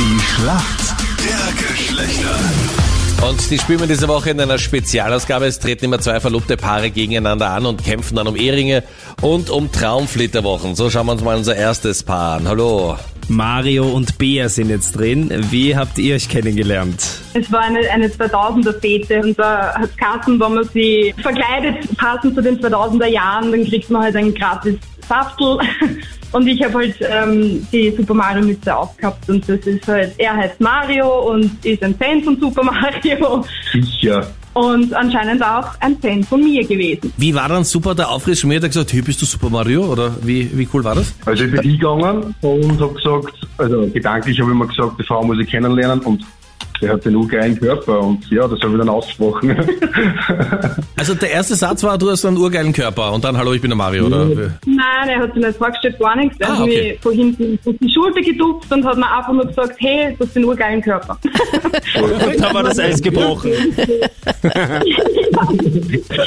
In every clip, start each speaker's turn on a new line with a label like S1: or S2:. S1: Schlacht der Geschlechter.
S2: Und die spielen wir diese Woche in einer Spezialausgabe. Es treten immer zwei verlobte Paare gegeneinander an und kämpfen dann um Ehringe und um Traumflitterwochen. So schauen wir uns mal unser erstes Paar an. Hallo.
S3: Mario und Bea sind jetzt drin. Wie habt ihr euch kennengelernt?
S4: Es war eine, eine 2000er-Fete und da hat Kassen, wenn man sie verkleidet, passend zu den 2000er Jahren, dann kriegt man halt einen gratis Saftel. Und ich habe halt ähm, die Super Mario Mütze aufgehabt und das ist halt, er heißt Mario und ist ein Fan von Super Mario
S5: Sicher.
S4: und anscheinend auch ein Fan von mir gewesen.
S2: Wie war dann super der Aufriss? Mir hat er gesagt, hey, bist du Super Mario? Oder wie, wie cool war das?
S5: Also ich bin hingegangen und habe gesagt, also gedanklich habe ich mir gesagt, die Frau muss ich kennenlernen und der hat den urgeilen Körper und ja, das habe ich dann ausgesprochen.
S2: Also der erste Satz war, du hast einen urgeilen Körper und dann, hallo, ich bin der Mario, oder?
S4: Nein, er hat sich nicht vorgestellt, gar nichts. Er
S2: Ah,
S4: hat
S2: okay.
S4: mich von hinten auf die Schulter gedupft und hat mir einfach nur gesagt, hey, du hast den urgeilen Körper.
S3: Und da war das Eis gebrochen.
S4: Und dann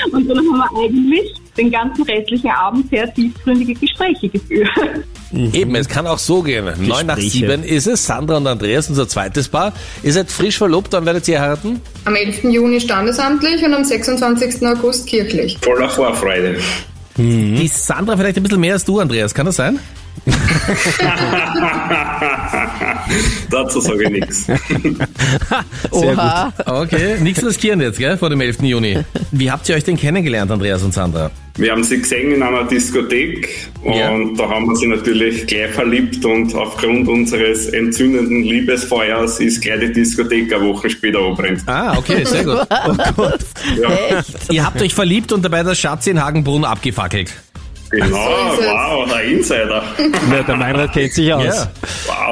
S4: haben wir eigentlich den ganzen restlichen Abend sehr tiefgründige Gespräche geführt.
S2: Eben, es kann auch so gehen. Neun nach
S3: Gespräche.
S2: sieben ist es. Sandra und Andreas, unser zweites Paar. Ihr seid frisch verlobt, dann werdet ihr heiraten.
S6: Am 11. Juni standesamtlich und am 26. August kirchlich.
S7: Voller Vorfreude.
S2: Die Sandra vielleicht ein bisschen mehr als du, Andreas. Kann das sein?
S7: Dazu sage ich nichts.
S3: Sehr gut.
S2: Okay, nichts riskieren jetzt, gell, vor dem 11. Juni. Wie habt ihr euch denn kennengelernt, Andreas und Sandra?
S7: Wir haben sie gesehen in einer Diskothek und
S2: Ja.
S7: da haben wir sie natürlich gleich verliebt und aufgrund unseres entzündenden Liebesfeuers ist gleich die Diskothek eine Woche später abbrennt.
S2: Ah, okay, sehr gut.
S7: Ja,
S2: ihr habt euch verliebt und dabei das Schatz in Hagenbrunn abgefackelt.
S7: genau,
S6: So ist es.
S7: wow, ein Insider.
S3: Na, der Meinrad kennt sich aus.
S2: Ja.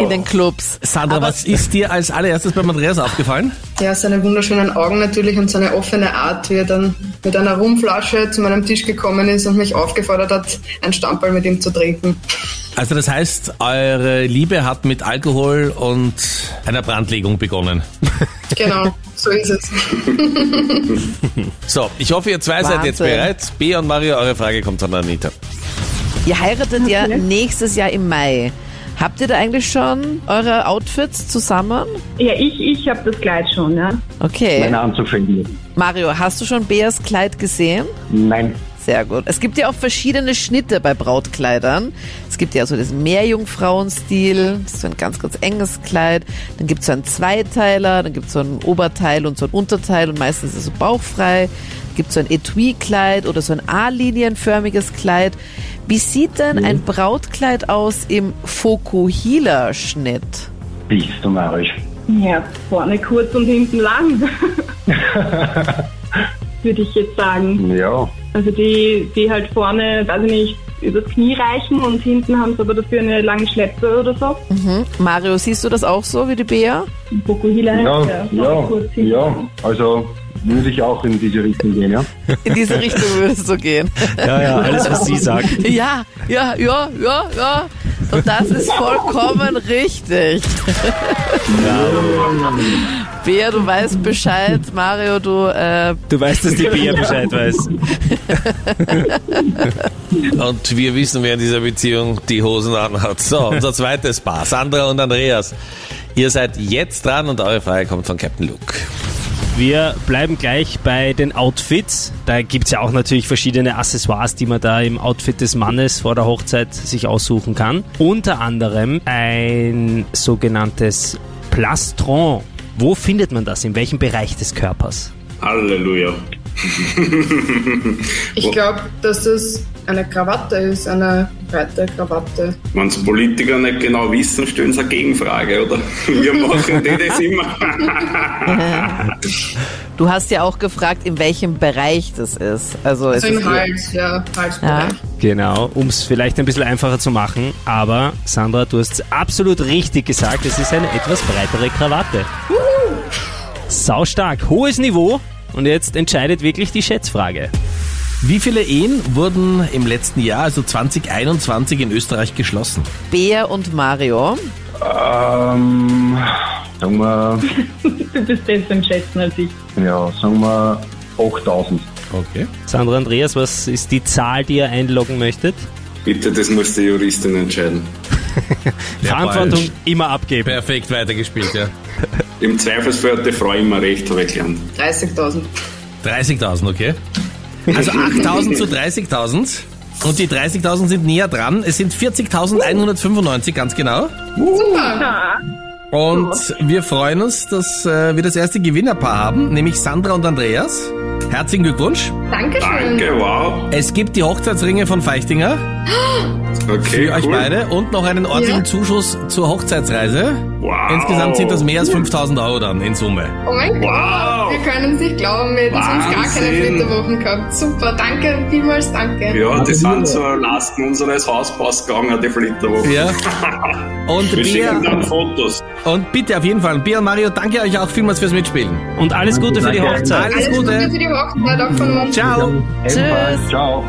S8: in den
S7: Wow.
S8: Clubs.
S2: Sandra, was ist dir als allererstes beim Andreas aufgefallen?
S6: Ja, seine wunderschönen Augen natürlich und seine offene Art, wie er dann mit einer Rumflasche zu meinem Tisch gekommen ist und mich aufgefordert hat, ein Stammball mit ihm zu trinken.
S2: Also das heißt, eure Liebe hat mit Alkohol und einer Brandlegung begonnen.
S6: Genau, so ist es.
S2: So, ich hoffe, ihr zwei seid jetzt
S8: Wahnsinn.
S2: bereit. B und Mario, eure Frage kommt von Anita.
S8: Ihr heiratet ja nächstes Jahr im Mai. Habt ihr da eigentlich schon eure Outfits zusammen?
S4: Ja, ich, ich habe das Kleid schon, ja.
S8: Okay.
S5: Mein Anzug fängt mir.
S8: Mario, hast du schon Beas Kleid gesehen?
S5: Nein.
S8: Sehr gut. Es gibt ja auch verschiedene Schnitte bei Brautkleidern. Es gibt ja so das Meerjungfrauenstil, das ist so ein ganz, ganz enges Kleid. Dann gibt es so einen Zweiteiler, dann gibt es so ein Oberteil und so ein Unterteil und meistens ist es so bauchfrei. Gibt so ein Etui-Kleid oder so ein A-linienförmiges Kleid. Wie sieht denn ein Brautkleid aus im Fokuhila-Schnitt?
S5: Bist du narrisch.
S4: Ja, vorne kurz und hinten lang. Würde ich jetzt sagen.
S5: Ja.
S4: Also die, die halt vorne, weiß ich nicht, übers Knie reichen und hinten haben sie aber dafür eine lange Schleppe oder so.
S8: Mario, siehst du das auch so wie die Bea?
S4: Bokuhila
S5: Ja,
S4: heißt
S5: ja,
S4: der. Vorne
S5: ja.
S4: kurz, hinten lang.
S5: Also würde ich auch in diese Richtung gehen, ja?
S8: In diese Richtung würde es so gehen.
S3: Ja, ja, alles, was sie sagt.
S8: Ja, ja, ja, ja, ja. Und das ist vollkommen richtig. Bea, du weißt Bescheid. Mario, du, äh,
S3: Du weißt, dass die Bea Bescheid weiß.
S2: Und wir wissen, wer in dieser Beziehung die Hosen anhat. So, unser zweites Paar, Sandra und Andreas. Ihr seid jetzt dran und eure Frage kommt von Captain Luke.
S3: Wir bleiben gleich bei den Outfits. Da gibt's ja auch natürlich verschiedene Accessoires, die man da im Outfit des Mannes vor der Hochzeit sich aussuchen kann. Unter anderem ein sogenanntes Plastron. Wo findet man das? In welchem Bereich des Körpers?
S7: Halleluja.
S6: Ich glaube, dass das eine Krawatte ist, eine breite Krawatte.
S7: Wenn es Politiker nicht genau wissen, stellen sie eine Gegenfrage, oder? Wir machen die das immer.
S8: du hast ja auch gefragt, in welchem Bereich das ist. Also, es
S6: So im
S8: ist
S6: Hals, ja,
S8: ja,
S6: Halsbereich.
S3: Genau, um es vielleicht ein bisschen einfacher zu machen. Aber Sandra, du hast absolut richtig gesagt, es ist eine etwas breitere Krawatte. Sau stark, hohes Niveau. Und jetzt entscheidet wirklich die Schätzfrage.
S2: Wie viele Ehen wurden im letzten Jahr, also 2021, in Österreich geschlossen?
S8: Bea und Mario.
S5: Ähm, sagen wir,
S4: Du bist besser im Schätzen als ich.
S5: ja, sagen wir 8000.
S2: Okay.
S3: Sandra Andreas, was ist die Zahl, die ihr einloggen möchtet?
S7: Bitte, das muss die Juristin entscheiden.
S3: Verantwortung immer abgeben.
S2: Perfekt weitergespielt, ja.
S7: Im Zweifelsfall hat die Frau immer recht, habe ich gelernt.
S6: 30.000.
S2: 30.000, okay. Also 8.000 zu 30.000. Und die 30.000 sind näher dran. Es sind 40.195, ganz genau.
S4: Ja.
S2: Und wir freuen uns, dass äh, wir das erste Gewinnerpaar haben, nämlich Sandra und Andreas. Herzlichen Glückwunsch.
S6: Dankeschön.
S7: Danke, wow.
S2: Es gibt die Hochzeitsringe von Feichtinger
S7: Okay,
S2: für euch
S7: cool.
S2: beide und noch einen ordentlichen
S6: Ja.
S2: Zuschuss zur Hochzeitsreise.
S7: Wow.
S2: Insgesamt sind das mehr als 5000 Euro dann in Summe.
S6: Oh mein
S7: Wow.
S6: Gott, wir können es nicht glauben, wir hätten sonst gar keine
S7: Wahnsinn.
S6: Flitterwochen gehabt. Super, danke, vielmals danke.
S7: Ja, die sind zur Lasten unseres Hausbaus gegangen, die Flitterwochen.
S2: Ja. Und
S7: Wir schicken
S2: Bea,
S7: dann Fotos.
S2: und bitte auf jeden Fall, Bea und Mario, danke euch auch vielmals fürs Mitspielen.
S3: Und alles Gute für die Hochzeit.
S2: Alles
S6: Alles Gute
S2: Gute.
S6: für die Hochzeit, auch von uns.
S2: Ciao.
S5: Ebenfalls. Ciao.